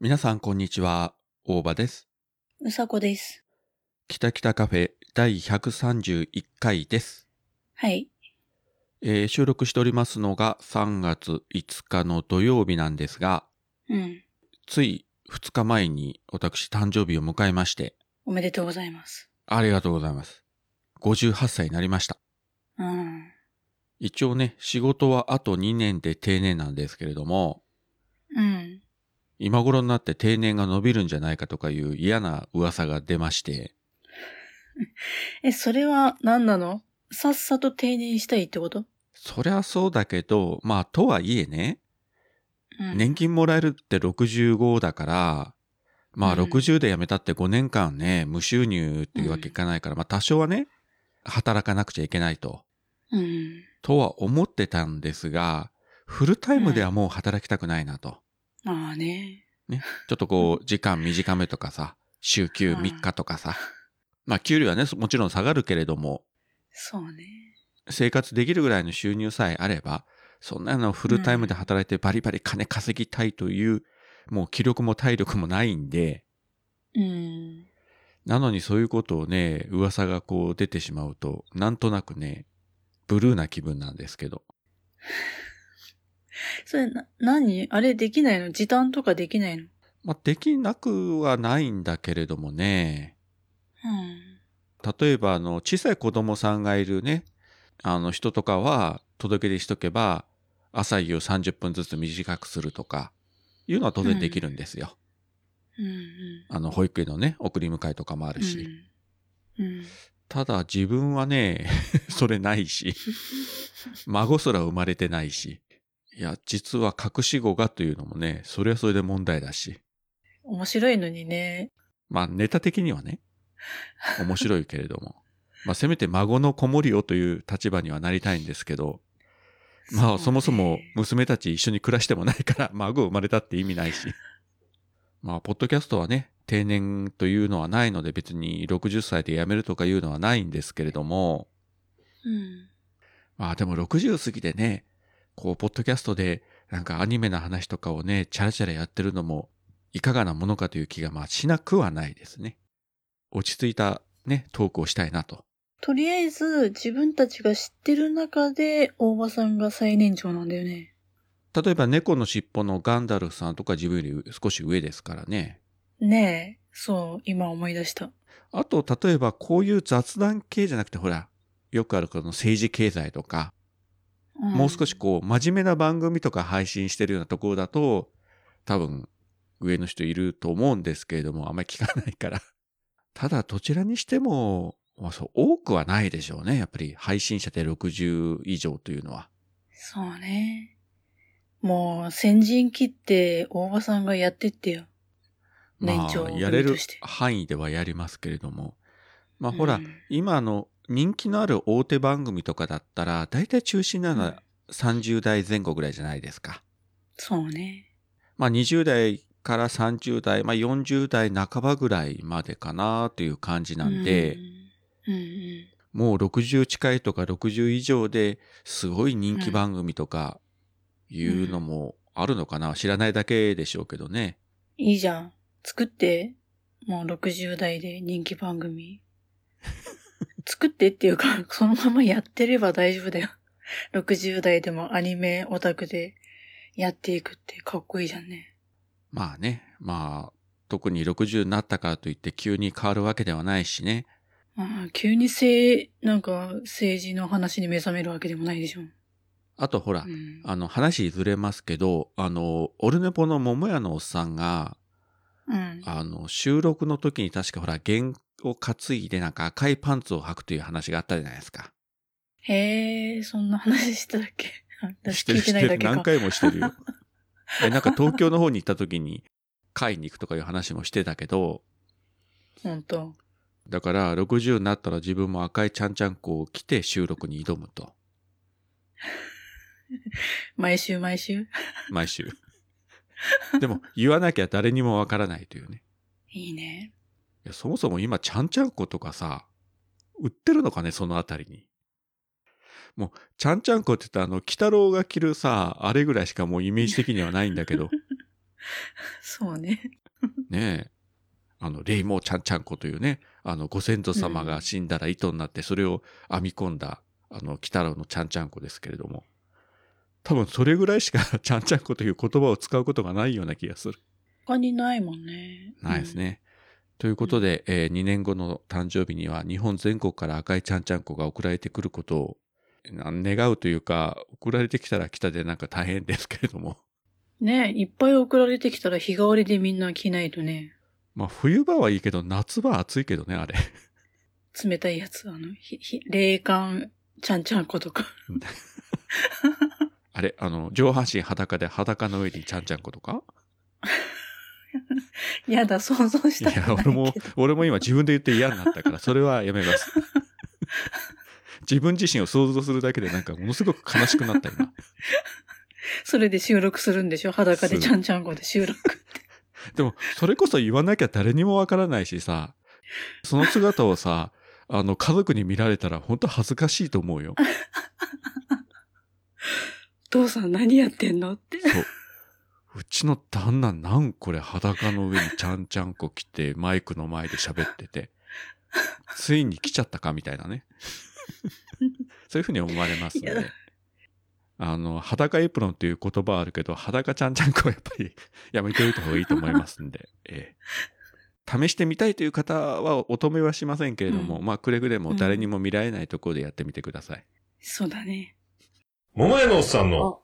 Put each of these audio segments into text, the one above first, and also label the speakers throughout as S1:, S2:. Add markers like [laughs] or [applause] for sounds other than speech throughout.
S1: 皆さん、こんにちは。大場です。
S2: うさこです。
S1: 北北カフェ第131回です。
S2: はい。
S1: えー収録しておりますのが3月5日の土曜日なんですが、
S2: うん。
S1: つい2日前に私誕生日を迎えまして、
S2: おめでとうございます。
S1: ありがとうございます。58歳になりました。
S2: うん。
S1: 一応ね、仕事はあと2年で定年なんですけれども、
S2: うん。
S1: 今頃になって定年が伸びるんじゃないかとかいう嫌な噂が出まして、
S2: え、それは何なのさっさと定年したいってこと
S1: そりゃそうだけど、まあとはいえね、
S2: うん。
S1: 年金もらえるって65だから、まあ
S2: うん
S1: 60で辞めたって5年間ね、無収入っていうわけいかないから、まあ多少はね、働かなくちゃいけないと、
S2: うん。
S1: とは思ってたんですが、フルタイムではもう働きたくないなと。
S2: ああね。
S1: ちょっとこう、時間短めとかさ、週休
S2: うん
S1: 3日とかさ。まあ給料はね、もちろん下がるけれども、
S2: そうね。
S1: 生活できるぐらいの収入さえあれば、そんなのフルタイムで働いてバリバリ金稼ぎたいという、もう気力も体力もないんで、
S2: うん。
S1: なのにそういうことをね、噂がこう出てしまうと、なんとなくね、ブルーな気分なんですけど。
S2: それな、何あれできないの時短とかできないの
S1: まあ、できなくはないんだけれどもね、
S2: うん。
S1: 例えばあの、小さい子供さんがいるね、あの人とかは届け出しとけば、朝夕30分ずつ短くするとか、いうのは当然できるんですよ。
S2: うんうん。
S1: あの、保育園のね、送り迎えとかもあるし。
S2: うん。うん。
S1: ただ自分はね、 [laughs] それないし、孫すら生まれてないし。いや、実は隠し子がというのもね、それはそれで問題だし。
S2: 面白いのにね。
S1: まあ、ネタ的にはね、面白いけれども。まあ、せめて孫の子守をという立場にはなりたいんですけど、まあ、そもそも娘たち一緒に暮らしてもないから、孫生まれたって意味ないし。まあ、ポッドキャストはね、定年というのはないので、別に60歳で辞めるとかいうのはないんですけれども、
S2: うん。
S1: まあ、でも60過ぎでね、こう、ポッドキャストで、なんかアニメの話とかをね、チャラチャラやってるのも、いかがなものかという気が、まあ、しなくはないですね。落ち着いた、ね、トークをしたいなと。
S2: とりあえず、自分たちが知ってる中で、大場さんが最年長なんだよね。
S1: 例えば、猫の尻尾のガンダルフさんとか自分より少し上ですからね。
S2: ねえ。そう、今思い出した。
S1: あと、例えば、こういう雑談系じゃなくて、ほら、よくあるこの政治経済とか、
S2: ん
S1: もう少しこう、真面目な番組とか配信してるようなところだと、多分、上の人いると思うんですけれども、あんまり聞かないから。 [laughs] ただ、どちらにしても、まあ、そう、多くはないでしょうね。やっぱり、配信者で60以上というのは。
S2: そうね。もう、先陣切って、大場さんがやってってよ。年
S1: ま
S2: 長
S1: あ、やれる
S2: として
S1: 範囲ではやりますけれども。まあ、ほら、
S2: うん
S1: 今の人気のある大手番組とかだったら、大体中心なのは30代前後ぐらいじゃないですか。
S2: そうね。
S1: まあ、20代から30代、まあ、40代半ばぐらいまでかなという感じなんで、
S2: うん、うんうん。
S1: もう60近いとか60以上ですごい人気番組とかいうのもあるのかな、知らないだけでしょうけどね。
S2: いいじゃん。作って、もう60代で人気
S1: [laughs]
S2: 番組。作ってっていうか、そのままやってれば大丈夫だよ。60代でもアニメオタクでやっていくってかっこいいじゃんね。
S1: まあね、まあ、特に60になったからといって急に変わるわけではないしね。
S2: うん急にせい、なんか政治の話に目覚めるわけでもないでしょ。
S1: あとほら
S2: う、ん、
S1: あの話ずれますけど、あの、オルネポの桃屋のおっさんが、
S2: うん。
S1: あの、収録の時に確かほら、弦を担いでなんか赤いパンツを履くという話があったじゃないですか。
S2: へえ、そんな話してたっ
S1: [laughs]
S2: け私
S1: して
S2: 聞
S1: る
S2: いてないだ
S1: して
S2: け
S1: る
S2: か
S1: 何。回もしてるよ。
S2: [laughs]
S1: え、なんか東京の方に行った時に、買いに行くとかいう話もしてたけど、
S2: 本当。
S1: だから60になったら自分も赤いちゃんちゃんこを着て収録に挑むと。
S2: 毎週毎週。
S1: 毎週。でも、言わなきゃ誰にもわからないというね。
S2: いいね。
S1: いやそもそも今、ちゃんちゃんことかさ、売ってるのかね、そのあたりに。もう、ちゃんちゃんこって言ったら、あの、鬼太郎が着るさ、あれぐらいしかもうイメージ的にはないんだけど、
S2: そうね。
S1: ねえ。あの、霊毛ちゃんちゃんこというね、あの、ご先祖様が死んだら糸になって、それを編み込んだ、あの、鬼太郎のちゃんちゃんこですけれども。多分それぐらいしか [laughs] ちゃんちゃんこという言葉を使うことがないような気がする。
S2: 他にないもんね。
S1: ないですね。ということで、え2年後の誕生日には日本全国から赤いちゃんちゃんこが送られてくることをな願うというか、送られてきたら来たでなんか大変ですけれども。 [laughs]
S2: うん。ねいっぱい送られてきたら日替わりでみんな着ないとね。
S1: まあ冬場はいいけど夏場は暑いけどね、あれ。 [laughs]
S2: 冷たいやつ、あの、ひ、ひ、霊感ちゃんちゃんことか。 [laughs]
S1: あれ、あの、上半身裸で裸の上にちゃんちゃんことか
S2: やだ、想像し
S1: い
S2: たくないけ
S1: や、
S2: ど。
S1: 俺も、 [laughs] 俺も今自分で言って嫌になったから、それはやめ [laughs] ます。自分自身を想像するだけでなんかものすごく悲しくなった今。
S2: それで収録するんでしょ裸でちゃんちゃんこで収録。 [laughs]
S1: でも、それこそ言わなきゃ誰にもわからないしさ、その姿をさ、あの、家族に見られたら本当恥ずかしいと思うよ。
S2: 父さん何やってんのって。
S1: そう。うちの旦那なんこれ裸の上にちゃんちゃんこ着て、マイクの前で喋ってて、ついに来ちゃったかみたいなね。そういうふうに思われますの
S2: いや
S1: で。あの、裸エプロンっていう言葉はあるけど、裸ちゃんちゃんこはやっぱり [laughs] やめておいた方がいいと思いますんで、ええ試してみたいという方はお止めはしませんけれども、
S2: うん
S1: まあ、くれぐれも誰にも見られないところでやってみてください。
S2: そうだね。
S3: 桃屋のおっさんの、オ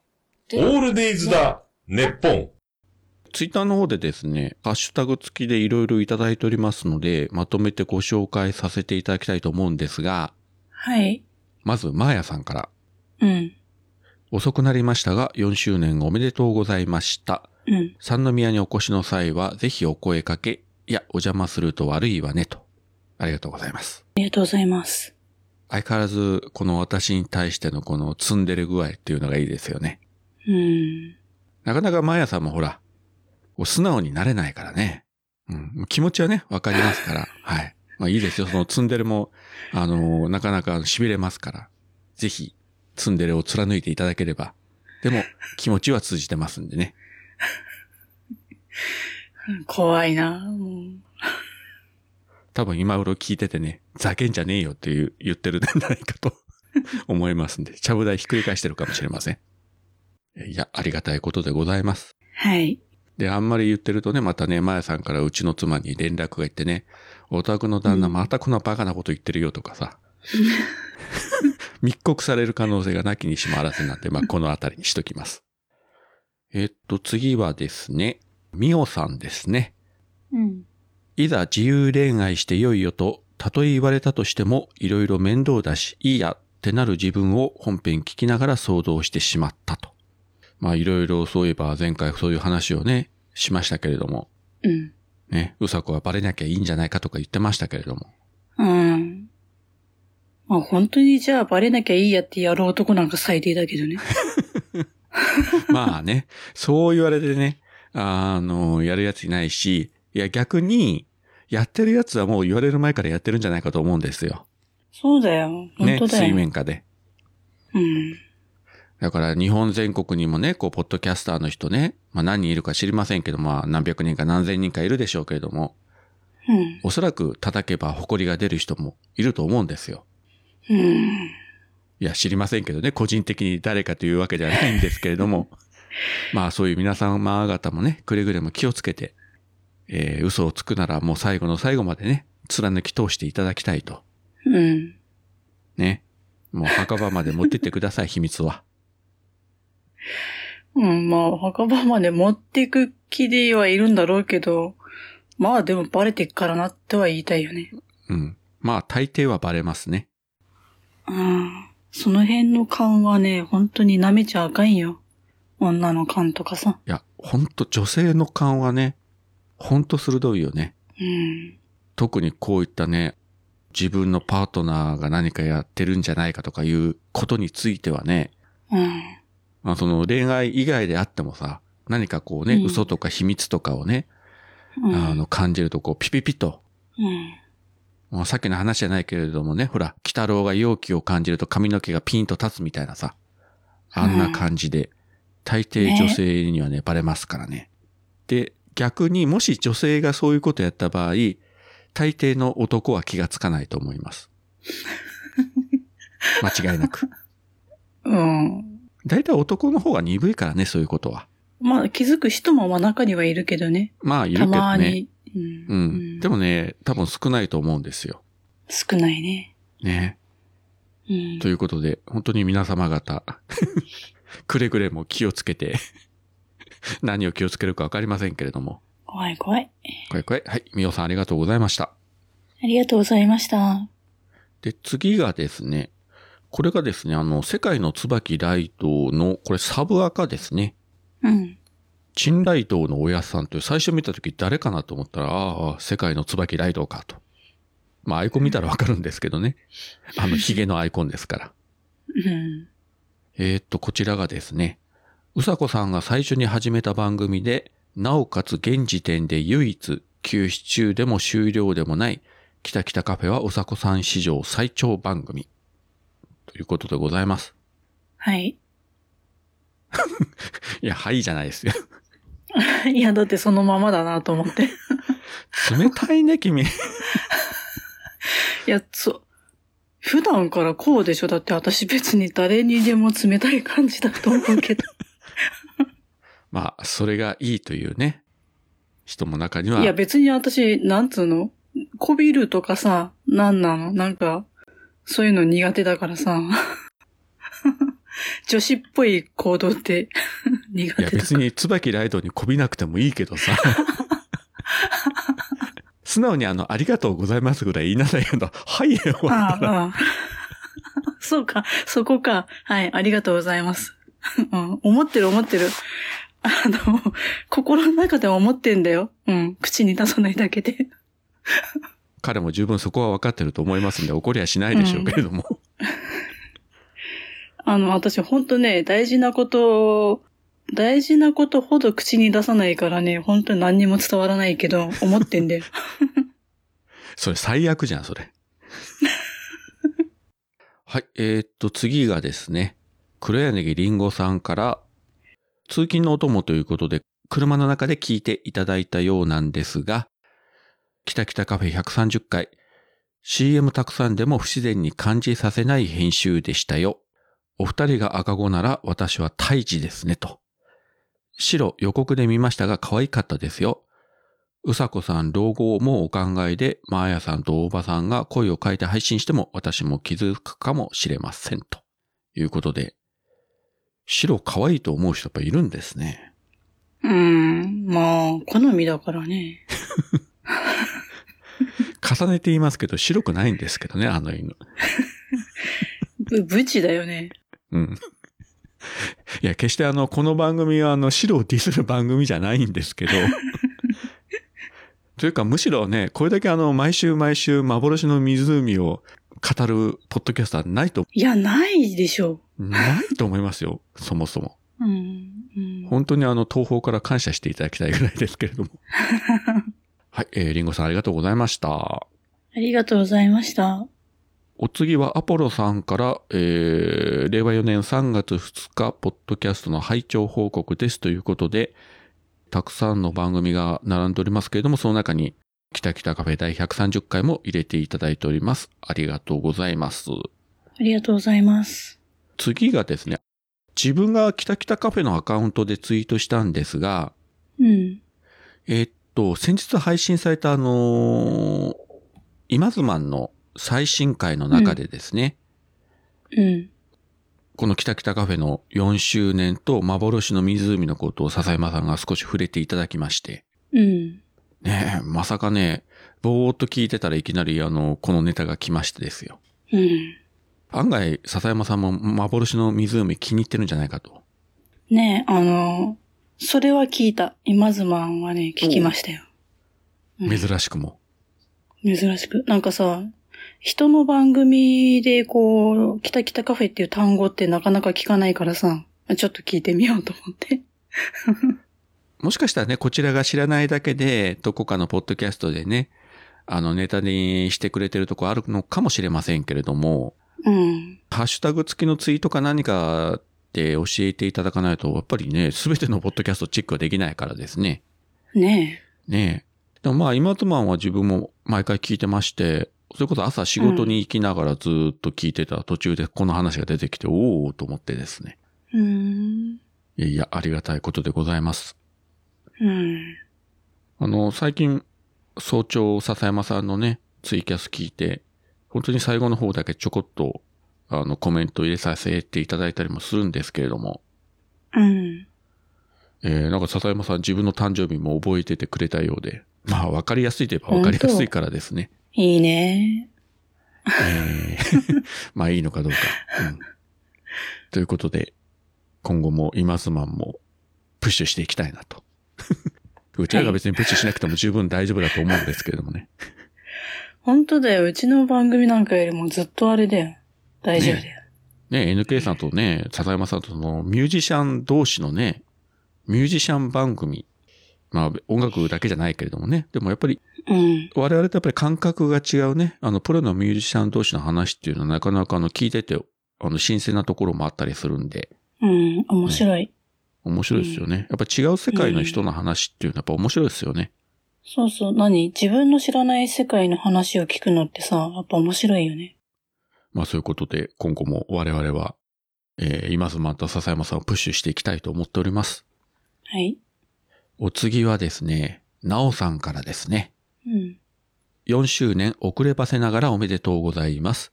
S3: ールデイズだ、ネッポン。
S1: ツイッターの方でですね、ハッシュタグ付きでいろいろいただいておりますので、まとめてご紹介させていただきたいと思うんですが、
S2: はい。
S1: まず、マーヤさんから。
S2: うん。
S1: 遅くなりましたが、4周年おめでとうございました。
S2: うん。
S1: 三宮にお越しの際は、ぜひお声かけ、いや、お邪魔すると悪いわね、と。ありがとうございます。
S2: ありがとうございます。
S1: 相変わらず、この私に対してのこのツンデレ具合っていうのがいいですよね。
S2: うん。
S1: なかなかマーヤさんもほら、お素直になれないからね。うん。気持ちはね、わかりますから。はい。まあいいですよ。そのツンデレも、あのーなかなか痺れますから。ぜひ、ツンデレを貫いていただければ。でも、気持ちは通じてますんでね。
S2: 怖いな。もう
S1: 多分今頃聞いててね、ざけんじゃねえよっていう言ってるんじゃないかと [laughs] 思いますんで、ちゃぶ台ひっくり返してるかもしれません。いや、ありがたいことでございます。
S2: はい。
S1: で、あんまり言ってるとね、またね、まやさんからうちの妻に連絡がいってね、お宅の旦那
S2: うん
S1: またこんなバカなこと言ってるよとか
S2: [laughs]
S1: さ、密告される可能性がなきにしもあらずなんで、まあ、このあたりにしときます。えっと、次はですね、みおさんですね。
S2: うん。
S1: いざ自由恋愛してよいよと、たとえ言われたとしても、いろいろ面倒だし、いいやってなる自分を本編聞きながら想像してしまったと。まあ、いろいろそういえば前回そういう話をね、しましたけれども、
S2: うん。
S1: ね、うさこはバレなきゃいいんじゃないかとか言ってましたけれど
S2: [laughs]
S1: も。
S2: うん。まあ本当にじゃあバレなきゃいいやってやる男なんか最低だけどね。
S1: まあね、そう言われてね、あの、やるやついないし、いや逆に、やってるやつはもう言われる前からやってるんじゃないかと思うんですよ。
S2: そうだよ。本
S1: ね、
S2: 当だ
S1: 水
S2: よ。
S1: 面下で。
S2: うん。
S1: だから日本全国にもね、こう、ポッドキャスターの人ね、まあ何人いるか知りませんけど、まあ何百人か何千人かいるでしょうけれども、
S2: うん。
S1: おそらく叩けば誇りが出る人もいると思うんですよ。
S2: うん。
S1: いや、知りませんけどね、個人的に誰かというわけではないんですけれども、 [laughs] まあそういう皆様方もね、くれぐれも気をつけて、えー嘘をつくならもう最後の最後までね、貫き通していただきたいと。
S2: うん。
S1: ね。もう墓場まで持ってってください、秘密は。
S2: うん、まあ、墓場まで持ってく気ではいるんだろうけど、まあでもバレてっからなっては言いたいよね。
S1: うん。まあ大抵はバレますね。
S2: うん。その辺の勘はね、本当に舐めちゃあかんよ。女の勘とかさ。
S1: いや、ほんと女性の勘はね、ほんと鋭いよね。
S2: うん。
S1: 特にこういったね、自分のパートナーが何かやってるんじゃないかとかいうことについてはね、
S2: うん。
S1: まあその恋愛以外であってもさ、何かこうね、
S2: うん
S1: 嘘とか秘密とかをね、
S2: うん。
S1: あの感じるとこうピピピと、
S2: うん。
S1: まあさっきの話じゃないけれどもね、ほら、鬼太郎が容器を感じると髪の毛がピンと立つみたいなさ、あんな感じで、大抵女性にはね、バレますからね。で、逆にもし女性がそういうことやった場合、大抵の男は気がつかないと思います。
S2: [laughs]
S1: 間違いなく。
S2: うん。
S1: 大体男の方が鈍いからね、そういうことは。
S2: まあ気づく人もまあ中にはいるけどね。
S1: まあ、いるけ
S2: た
S1: どね。
S2: まに。うん
S1: うん。でもね、多分少ないと思うんですよ。
S2: 少ないね。
S1: ね。
S2: うん
S1: と。いうことで、本当に皆様方、 [laughs] くれぐれも気をつけて、 [laughs] 何を気をつけるかわかりませんけれども。
S2: 怖い怖い。
S1: これこれ。はい。みおさんありがとうございました。
S2: ありがとうございました。
S1: で、次がですね、これがですね、あの、世界の椿大道の、これサブアカですね。
S2: うん。
S1: チンライドのおやっさんという最初見た時誰かなと思ったら、ああ、世界の椿ライドかと。まあ、アイコン見たらわかるんですけどね。あの、ヒゲのアイコンですから。
S2: うん。
S1: えーっと、こちらがですね、うさこさんが最初に始めた番組で、なおかつ現時点で唯一、休止中でも終了でもない、きたきたカフェはうさこさん史上最長番組。ということでございます。
S2: はい。 [laughs]
S1: いや、はいじゃないですよ。
S2: いや、だってそのままだなと思って。 [laughs]
S1: 冷たいね、君。
S2: いや、そう。普段からこうでしょだって私別に誰にでも冷たい感じだと思うけど。
S1: [laughs] まあ、それがいいというね、人も中にはい
S2: や、別に私、なんつうのこびるとかさ、なんなのなんか、そういうの苦手だからさ。 [laughs] 女子っぽい行動って [laughs] 苦
S1: い
S2: 手だ
S1: や
S2: から。
S1: 別に椿ライドにこびなくてもいいけど [laughs] さ。素直にあの、ありがとうございますぐらい言いなさいよと。はいよ。
S2: ああ、ああ。 [laughs] そうか、そこか。はい、ありがとうございます。 [laughs] うん、思ってる思ってる。あの、心の中では思ってんだよ。うん、口に出さないだけで。
S1: 彼も十分そこは分かってると思いますんで、怒りはしないでしょうけれども。
S2: あの、私ほんとね、大事なことを、大事なことほど口に出さないからね、本当に何にも伝わらないけど、思ってんだよ。
S1: それ最悪じゃん、それ。 [laughs] はい、えーっと、次がですね、黒柳りんごさんから、通勤のお供ということで、車の中で聞いていただいたようなんですが、きたきたカフェ130回、CM たくさんでも不自然に感じさせない編集でしたよ。お二人が赤子なら私は胎児ですね、と。白予告で見ましたが可愛かったですよ。うさこさん老後をもうお考えで、まあやさんと大場さんが声を変えて配信しても私も気づくかもしれません。ということで、白可愛いと思う人やっぱいるんですね。
S2: [laughs] うーん、まあ、好みだからね。
S1: 重ねて言いますけど、白くないんですけどね、あの犬。
S2: ぶ、無知だよね。
S1: うん。 [laughs] いや、決してあの、この番組はあの、白をディスる番組じゃないんですけど。 [laughs] というか、むしろね、これだけあの、毎週毎週幻の湖を語るポッドキャスターないと
S2: いや、ないでしょ
S1: ないと思いますよ、そもそも。
S2: う。うん、うん。
S1: 本当にあの、東方から感謝していただきたいぐらいですけれども。はい、えー、リンゴさんありがとうございました。
S2: ありがとうございました。
S1: お次はアポロさんから、えー、令和4年3月2日、ポッドキャストの拝聴報告ですということで、たくさんの番組が並んでおりますけれども、その中に、きたきたカフェ第130回も入れていただいております。ありがとうございます。
S2: ありがとうございます。
S1: 次がですね、自分がきたきたカフェのアカウントでツイートしたんですが、
S2: うん。
S1: えーっと、先日配信されたあのー今妻の最新回の中でですね、
S2: うん。
S1: このキタキタカフェの4周年と幻の湖のことを笹山さんが少し触れていただきまして、
S2: うん。
S1: ねえ、まさかね、ぼーっと聞いてたらいきなりあの、このネタが来ましてですよ。
S2: うん。
S1: 案外、笹山さんも幻の湖気に入ってるんじゃないかと。
S2: ねえ、あの、それは聞いた。今妻はね、聞きましたよ。うん
S1: 珍しくも。
S2: 珍しく。なんかさ、人の番組でこう、キタキタカフェっていう単語ってなかなか聞かないからさ、ちょっと聞いてみようと思って。 [laughs]
S1: もしかしたらね、こちらが知らないだけで、どこかのポッドキャストでね、あの、ネタにしてくれてるとこあるのかもしれませんけれども、
S2: うん。
S1: ハッシュタグ付きのツイートか何かで教えていただかないと、やっぱりね、すべてのポッドキャストチェックはできないからですね。
S2: ね
S1: ねえ。でもまあ、イマトマンは自分も毎回聞いてまして、それこそ朝仕事に行きながらずーっと聞いてた途中でこの話が出てきて、おおと思ってですね。
S2: え。うーん。
S1: いやいや、ありがたいことでございます。
S2: うん。
S1: あの、最近、早朝、笹山さんのね、ツイキャス聞いて、本当に最後の方だけちょこっと、あの、コメント入れさせていただいたりもするんですけれども、
S2: うん。
S1: えー、なんか笹山さん自分の誕生日も覚えててくれたようで、まあ、わかりやすいといえばわかりやすいからですね。
S2: いいね。
S1: えー [laughs] まあいいのかどうか。うん、ということで、今後も今ズマンもプッシュしていきたいなと。 [laughs] うちらが別にプッシュしなくても十分大丈夫だと思うんですけれどもね。
S2: 本当だよ。うちの番組なんかよりもずっとあれだよ。大丈夫だよ。
S1: ね、NK さんとね、笹山さんとのミュージシャン同士のね、ミュージシャン番組。まあ音楽だけじゃないけれどもね。でもやっぱり
S2: うん。
S1: 我々とやっぱり感覚が違うね。あの、プロのミュージシャン同士の話っていうのはなかなかあの聞いてて、あの、新鮮なところもあったりするんで。
S2: うん。面白い。
S1: 面白いですよね。やっぱ違う世界の人の話っていうのはやっぱ面白いですよね。
S2: そうそう。何自分の知らない世界の話を聞くのってさ、やっぱ面白いよね。
S1: まあそういうことで今後も我々は、えー、今ずまた笹山さんをプッシュしていきたいと思っております。
S2: はい。
S1: お次はですね、なおさんからですね。
S2: うん。
S1: 4周年遅ればせながらおめでとうございます。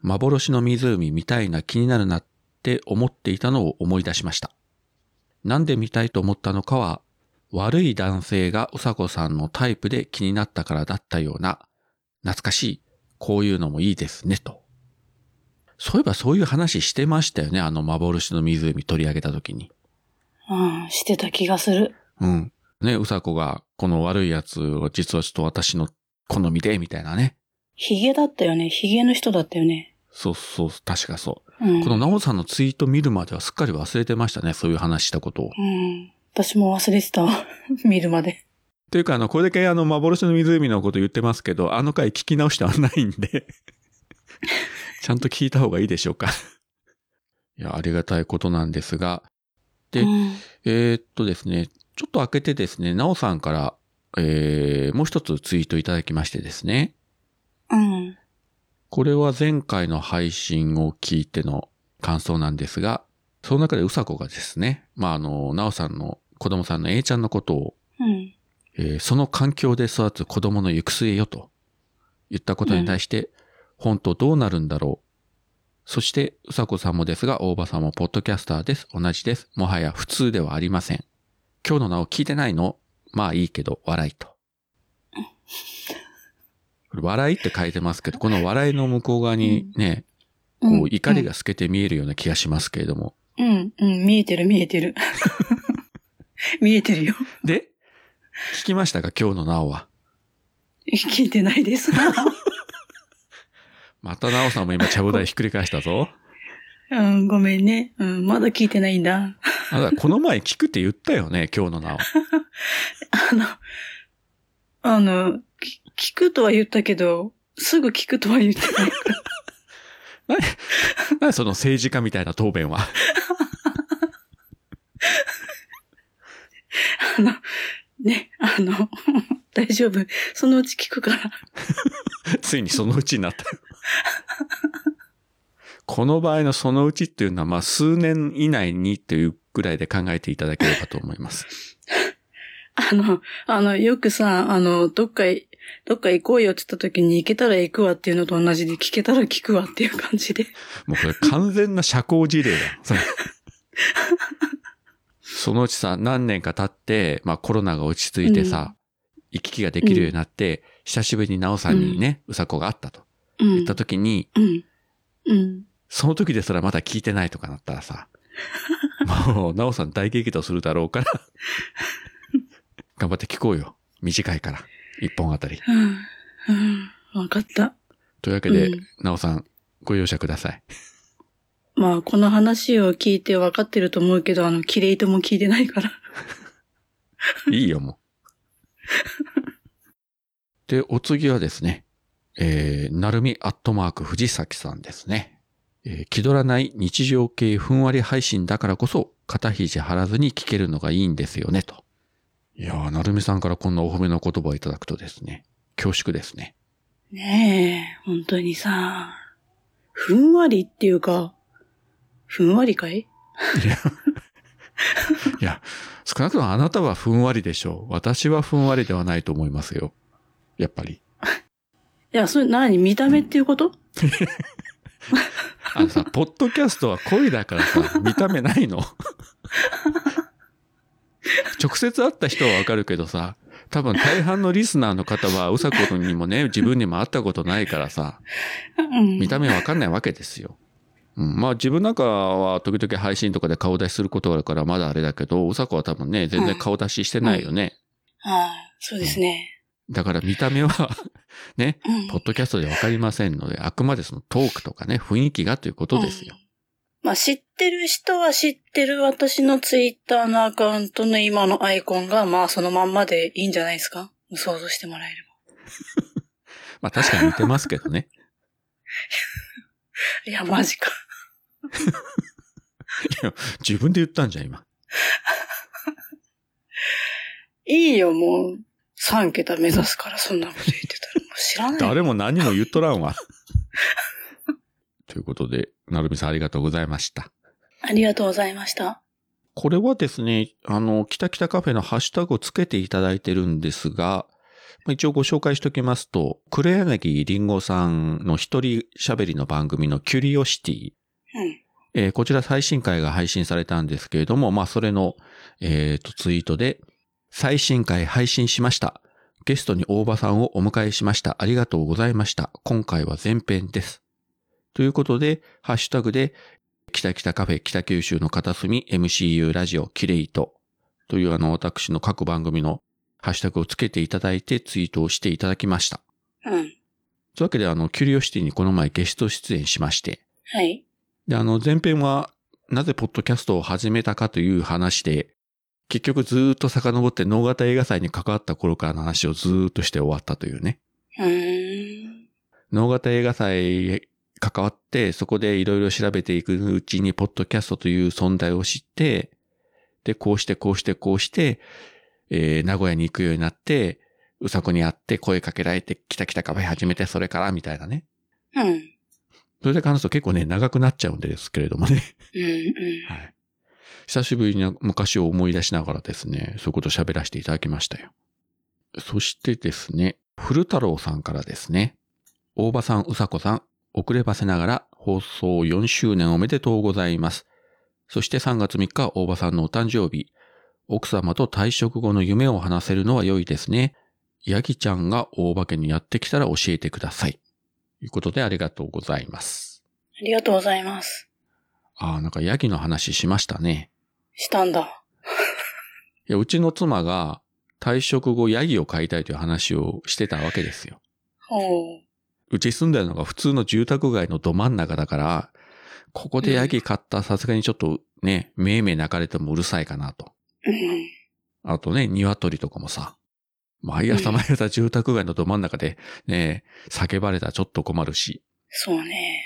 S1: 幻の湖見たいな気になるなって思っていたのを思い出しました。なんで見たいと思ったのかは、悪い男性がうさこさんのタイプで気になったからだったような、懐かしい、こういうのもいいですね、と。そういえばそういう話してましたよね、あの幻の湖取り上げた時に。
S2: ああ、してた気がする。
S1: うん。ね、うさこが、この悪いやつを実はちょっと私の好みで、みたいなね。
S2: ヒゲだったよね。ヒゲの人だったよね。
S1: そうそう、確かそう。
S2: うん。
S1: このナオさんのツイート見るまではすっかり忘れてましたね、そういう話したことを。
S2: うん。私も忘れてた [laughs] わ。見るまで。
S1: というか、あの、これだけあの、幻の湖のこと言ってますけど、あの回聞き直してはないん
S2: [laughs]
S1: で、ちゃんと聞いた方がいいでしょうか。いや、ありがたいことなんですが、で
S2: うん
S1: えーっとですね、ちょっと開けてですね、ナオさんから、えー、もう一つツイートいただきましてですね、
S2: うん。
S1: これは前回の配信を聞いての感想なんですが、その中でうさこがですね、まあ、あの、なおさんの子供さんの A ちゃんのことを、
S2: うん。
S1: えーその環境で育つ子供の行く末よと言ったことに対して、本当どうなるんだろう。そして、うさこさんもですが、大場さんもポッドキャスターです。同じです。もはや普通ではありません。今日の名を聞いてないのまあいいけど、笑いと。これ笑いって書いてますけど、この笑いの向こう側にね、こう怒りが透けて見えるような気がしますけれども。
S2: うん。うん、うん。見えてる、見えてる。 [laughs] 見えてるよ。
S1: で、聞きましたか今日のなおは。
S2: 聞いてないです。 [laughs]
S1: またなおさんも今、ちゃぶ台ひっくり返したぞ。
S2: うん、ごめんね。うん、まだ聞いてないんだ。
S1: あだこの前聞くって言ったよね、今日のなお。
S2: あの、あの、き聞くとは言ったけど、すぐ聞くとは言ってない。
S1: 何その政治家みたいな答弁は。 [laughs]
S2: あの、ね、あの、 [laughs] 大丈夫。そのうち聞くから。
S1: ついにそのうちになった。 [laughs] この場合のそのうちっていうのは、まあ、数年以内にというぐらいで考えていただければと思います。
S2: あの、あの、よくさ、あの、どっかい、どっか行こうよって言った時に行けたら行くわっていうのと同じで、聞けたら聞くわっていう感じで。
S1: もうこれ完全な社交辞令だ。それ [laughs] そのうちさ、何年か経って、まあ、コロナが落ち着いてさ、行き来ができるようになって、久しぶりになおさんにね、うさこがあったと
S2: う
S1: 言
S2: ん
S1: っ。た時に、
S2: うん。うん。
S1: その時ですらまだ聞いてないとかなったらさ、もう、なおさん大激怒するだろうから、頑張って聞こうよ。短いから。一本あたり。
S2: うん。うん。わかった。
S1: というわけで
S2: うん、
S1: なおさん、ご容赦ください。
S2: まあ、この話を聞いてわかってると思うけど、あの、キレイとも聞いてないから。 [laughs]
S1: [laughs] いいよ、もう。で、お次はですね、えー、なるみアットマーク藤崎さんですね。えー気取らない日常系ふんわり配信だからこそ、肩肘張らずに聞けるのがいいんですよね、と。いいやー、なるみさんからこんなお褒めの言葉をいただくとですね、恐縮ですね。
S2: ねえ、本当にさ、ふんわりっていうか、ふんわりかい
S1: いや、いや少なくともあなたはふんわりでしょう。私はふんわりではないと思いますよ。やっぱり。
S2: いや、それ何見た目っていうこと、
S1: あのさ、ポッドキャストは恋だから [laughs] さ、見た目ないの。直接会った人はわかるけどさ、多分大半のリスナーの方は、うさこにもね、自分にも会ったことないからさ、
S2: うん、
S1: 見た目わかんないわけですよ。うん、まあ自分なんかは時々配信とかで顔出しすることがあるからまだあれだけど、うさこは多分ね、全然顔出ししてないよね。
S2: はい、そうですね。
S1: だから見た目は、ね、
S2: うん
S1: ポッドキャストでわかりませんので、あくまでそのトークとかね、雰囲気がということですよ。
S2: まあ、知ってる人は知ってる私のツイッターのアカウントの今のアイコンが、まあ、そのまんまでいいんじゃないですか想像してもらえれば。
S1: まあ確かに似てますけどね。
S2: いや、マジか。
S1: 自分で言ったんじゃん、今。
S2: いいよ、もう。3桁目指すから、そんなこと言ってたら。もう知らない。
S1: 誰も何も言っとらんわ。 [laughs] ということで、なるみさんありがとうございました。
S2: ありがとうございました。
S1: これはですね、あの、キタキタカフェのハッシュタグをつけていただいてるんですが、まあ一応ご紹介しておきますと、黒柳りんごさんの一人喋りの番組のキュリオシティ
S2: うん。
S1: えーこちら最新回が配信されたんですけれども、まあ、それの、えーと、ツイートで、最新回配信しました。ゲストに大場さんをお迎えしました。ありがとうございました。今回は前編です。ということで、ハッシュタグで、北北カフェ北九州の片隅 MCU ラジオキレイトというあの私の各番組のハッシュタグをつけていただいてツイートをしていただきました。
S2: うん。
S1: というわけであのキュリオシティにこの前ゲスト出演しまして、
S2: はい。
S1: で、あの、前編は、なぜポッドキャストを始めたかという話で、結局ずーっと遡って、能型映画祭に関わった頃からの話をずーっとして終わったというね。
S2: うーん。
S1: 能型映画祭へ関わって、そこでいろいろ調べていくうちに、ポッドキャストという存在を知って、で、こうして、こうして、こうして、えー、名古屋に行くようになって、うさこに会って声かけられて、きたきたカフェ始めて、それから、みたいなね。
S2: うん。うん。
S1: それで話すと結構ね、長くなっちゃうんですけれどもね。
S2: うん。
S1: はい。久しぶりに昔を思い出しながらですね、そういうことを喋らせていただきましたよ。そしてですね、古太郎さんからですね、大場さん、うさこさん、遅ればせながら放送4周年おめでとうございます。そして3月3日は大場さんのお誕生日。奥様と退職後の夢を話せるのは良いですね。ヤギちゃんが大場家にやってきたら教えてください。ということでありがとうございます。
S2: ありがとうございます。
S1: ああ、なんかヤギの話しましたね。
S2: したんだ。
S1: いや、うちの妻が退職後ヤギを飼いたいという話をしてたわけですよ。
S2: おう。
S1: うち住んでるのが普通の住宅街のど真ん中だから、ここでヤギ飼ったらさすがにちょっとね、めいめい泣かれてもうるさいかなと。
S2: うん。
S1: あとね、鶏とかもさ、毎朝毎朝住宅街のど真ん中でね、叫ばれたらちょっと困るし。
S2: そうね。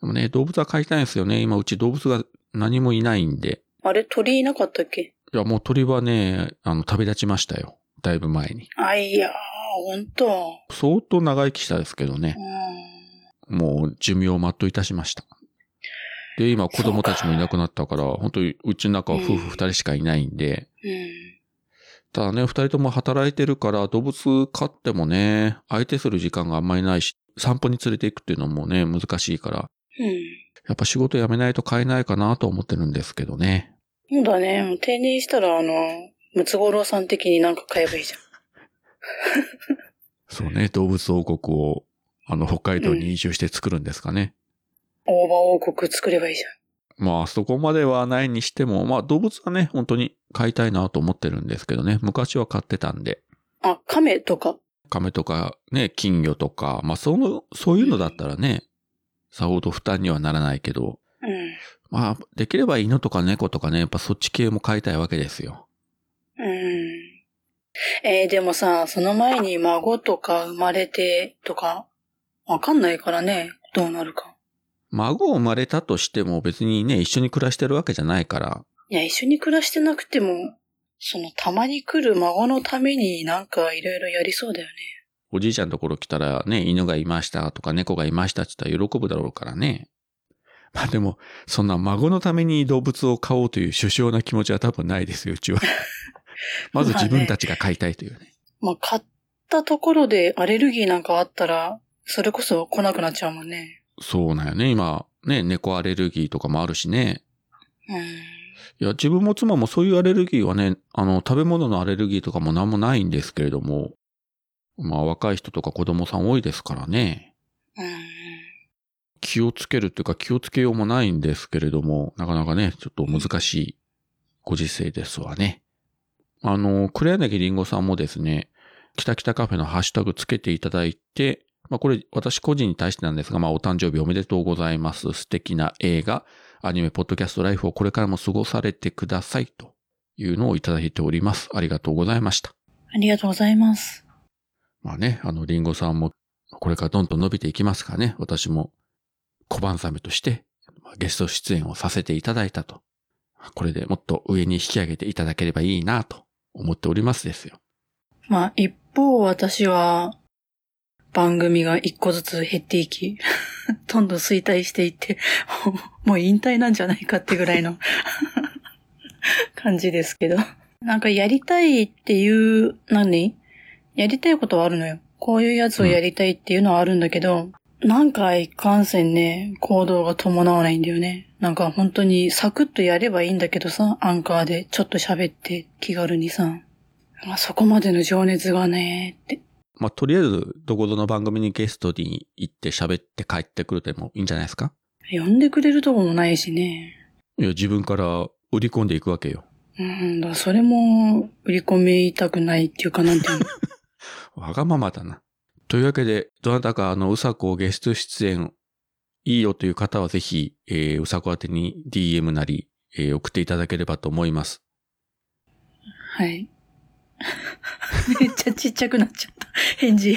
S1: でもね、動物は飼いたいんですよね。今うち動物が何もいないんで。
S2: あれ、鳥いなかったっけ
S1: いや、もう鳥はね、あの、旅立ちましたよ。だいぶ前に。
S2: あ、いやー、ほんと。
S1: 相当長生きしたですけどね
S2: う。ん。
S1: もう寿命を全ういたしました。で、今子供たちもいなくなったから、本当にうちの中は夫婦二人しかいないんで、
S2: うん。
S1: ただね、二人とも働いてるから、動物飼ってもね、相手する時間があんまりないし、散歩に連れて行くっていうのもね、難しいから、
S2: うん。
S1: やっぱ仕事辞めないと飼えないかなと思ってるんですけどね。
S2: そうだね。もう定年したら、あの、ムツゴロウさん的になんか買えばいいじゃん。
S1: そうね、動物王国を、あの、北海道に移住して作るんですかね。
S2: 大葉王国作ればいいじ
S1: まあ、そこまではないにしても、まあ、動物はね、本当に飼いたいなと思ってるんですけどね、昔は飼ってたんで。
S2: ゃん。あ、亀とか。
S1: 亀とかね、金魚とか、まあその、そういうのだったらね、さほど負担にはならないけど、
S2: うん。
S1: まあできれば犬とか猫とかね、やっぱそっち系も飼いたいわけですよ。
S2: うん。えー、でもさ、その前に孫とか生まれてとか、わかんないからね、どうなるか。
S1: 孫を生まれたとしても別にね、一緒に暮らしてるわけじゃないから、
S2: いや、一緒に暮らしてなくても、その、たまに来る孫のためになんかいろいろやりそうだよね。
S1: おじいちゃんのところ来たらね、犬がいましたとか猫がいましたって言ったら喜ぶだろうからね。まあでも、そんな孫のために動物を飼おうという首相な気持ちは多分ないですよ、うち [laughs] は。まず自分たちが飼いたいというね。
S2: まあ、買ったところでアレルギーなんかあったら、それこそ来なくなっちゃうもんね。
S1: そうなんよね、今。ね、猫アレルギーとかもあるしね。
S2: うん。
S1: いや、自分も妻もそういうアレルギーはね、あの、食べ物のアレルギーとかもなんもないんですけれども、まあ若い人とか子供さん多いですからね、
S2: うん。
S1: 気をつけるっていうか気をつけようもないんですけれども、なかなかね、ちょっと難しいご時世ですわね。あの、黒柳りんごさんもですね、きたきたカフェのハッシュタグつけていただいて、まあこれ私個人に対してなんですが、まあお誕生日おめでとうございます。素敵な映画、アニメ、ポッドキャストライフをこれからも過ごされてくださいというのをいただいております。ありがとうございました。
S2: ありがとうございます。
S1: まあね、あの、リンゴさんも、これからどんどん伸びていきますからね、私も、小判サメとして、まあゲスト出演をさせていただいたと。これでもっと上に引き上げていただければいいなと思っておりますですよ。
S2: まあ、一方私は、番組が一個ずつ減っていき、 [laughs] どんどん衰退していって、 [laughs] もうもう引退なんじゃないかってぐらいの [laughs] 感じですけど。なんかやりたいっていう、何やりたいことはあるのよ。こういうやつをやりたいっていうのはあるんだけど、なんかいかんせんね、行動が伴わないんだよね。なんか本当にサクッとやればいいんだけどさ、アンカーでちょっと喋って気軽にさ。まあ、そこまでの情熱がね、って。
S1: まあ、とりあえず、どこぞの番組にゲストに行って喋って帰ってくるでもいいんじゃないですか
S2: 呼んでくれるとこもないしね。
S1: いや、自分から売り込んでいくわけよ。
S2: うんだ、それも、売り込みたくないっていうかなんて [laughs] いうの。
S1: わがままだな。というわけで、どなたかあの、うさこをゲスト出演、いいよという方はぜひ、えー、うさこ宛てに DM なり、えー送っていただければと思います。
S2: はい。 [laughs] めっちゃちっちゃくなっちゃった。返事。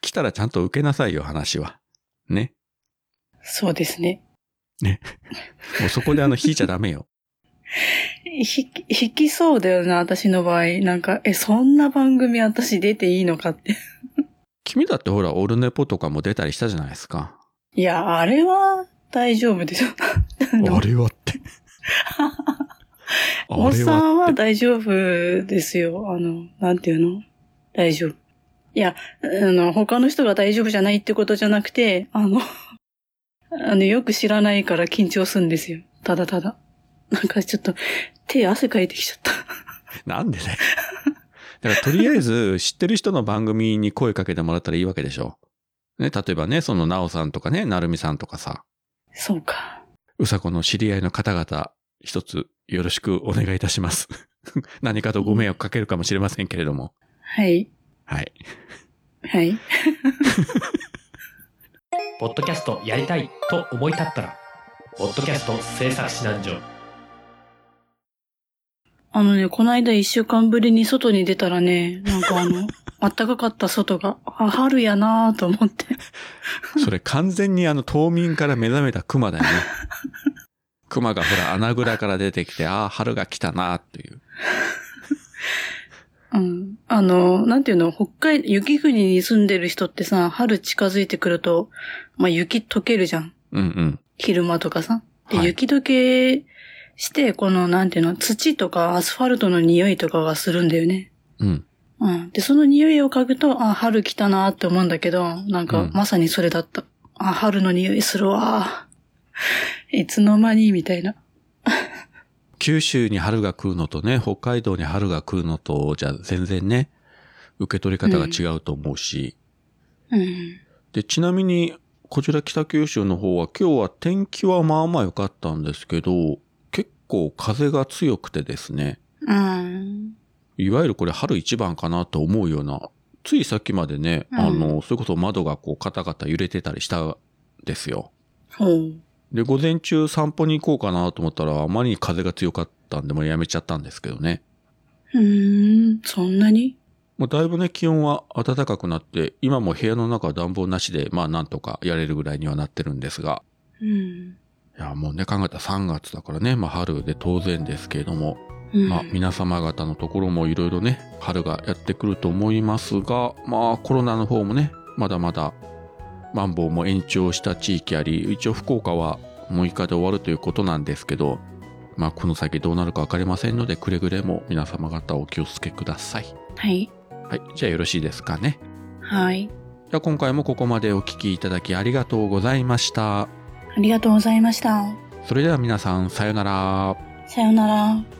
S1: 来たらちゃんと受けなさいよ、話は。ね。
S2: そうですね。
S1: もうそこであの、引いちゃダメよ。 [laughs]
S2: ひ、引きそうだよな、私の場合。なんか、え、そんな番組私出ていいのかって。
S1: 君だってほら、オルネポとかも出たりしたじゃないです
S2: [laughs]
S1: か。
S2: いや、あれは、大丈夫で [laughs] しょ。
S1: あれはって。
S2: [laughs] お
S1: っ
S2: っ
S1: て
S2: さんは大丈夫ですよ。あの、なんていうの大丈夫。いや、あの、他の人が大丈夫じゃないってことじゃなくて、あの、 [laughs] あの、よく知らないから緊張するんですよ。ただただ。なんかちょっと、手汗かいてきちゃった。 [laughs]
S1: なんでね。 [laughs] だからとりあえず知ってる人の番組に声かけてもらったらいいわけでしょ。ね、例えばね、そのなおさんとかね、なるみさんとかさ、
S2: そうか。
S1: うさこの知り合いの方々、一つよろしくお願いいたします。 [laughs] 何かとご迷惑かけるかもしれませんけれども。
S2: はい。
S1: はい。
S2: はい。
S4: ポッドキャストやりたいと思い立ったら、ポッドキャスト制作指南所。
S2: あのね、この間一週間ぶりに外に出たらね、なんかあの、 [laughs] あったかかった外が、あ、春やなぁと思って。
S1: それ完全にあの冬眠から目覚めた
S4: [laughs]
S1: 熊だよね。熊がほら穴蔵から出てきて、ああ、春が来たなっていう。
S2: うん。あの、なんていうの、北海、雪国に住んでる人ってさ、春近づいてくると、まあ雪溶けるじゃん。
S1: うんうん。
S2: 昼間とかさ。で、
S1: はい
S2: 雪解けして、この、なんていうの、土とかアスファルトの匂いとかがするんだよね。
S1: うん。
S2: うん。で、その匂いを嗅ぐと、あ、春来たなって思うんだけど、なん
S1: う
S2: か
S1: ん、
S2: まさにそれだった。あ、春の匂いするわ。 [laughs] いつの間にみたいな。
S1: 九州に春が来るのとね、北海道に春が来るのと、じゃ全然ね、受け取り方が違うと思うし。
S2: うん。
S1: で、ちなみに、こちら北九州の方は今日は天気はまあまあ良かったんですけど、結構風が強くてですね、
S2: うん。
S1: いわゆるこれ春一番かなと思うような、ついさっきまでね、
S2: うん
S1: あの、それこそ窓がこうカタカタ揺れてたりしたんですよ。
S2: ほう。
S1: で、午前中散歩に行こうかなと思ったら、あまりに風が強かったんで、もうやめちゃったんですけどね。
S2: うーん、そんなに
S1: もうだいぶね、気温は暖かくなって、今も部屋の中は暖房なしで、まあなんとかやれるぐらいにはなってるんですが、
S2: うん。
S1: いや、もうね、考えたら3月だからね、まあ春で当然ですけれども、
S2: うん
S1: まあ皆様方のところもいろいろね、春がやってくると思いますが、まあコロナの方もね、まだまだ、マンボウも延長した地域あり、一応福岡は6日で終わるということなんですけど、まあこの先どうなるかわかりませんので、くれぐれも皆様方お気をつけください。
S2: はい。
S1: はい、じゃあよろしいですかね。
S2: はい。
S1: じゃあ今回もここまでお聞きいただきありがとうございました。
S2: ありがとうございました。
S1: それでは皆さん、さようなら。
S2: さようなら。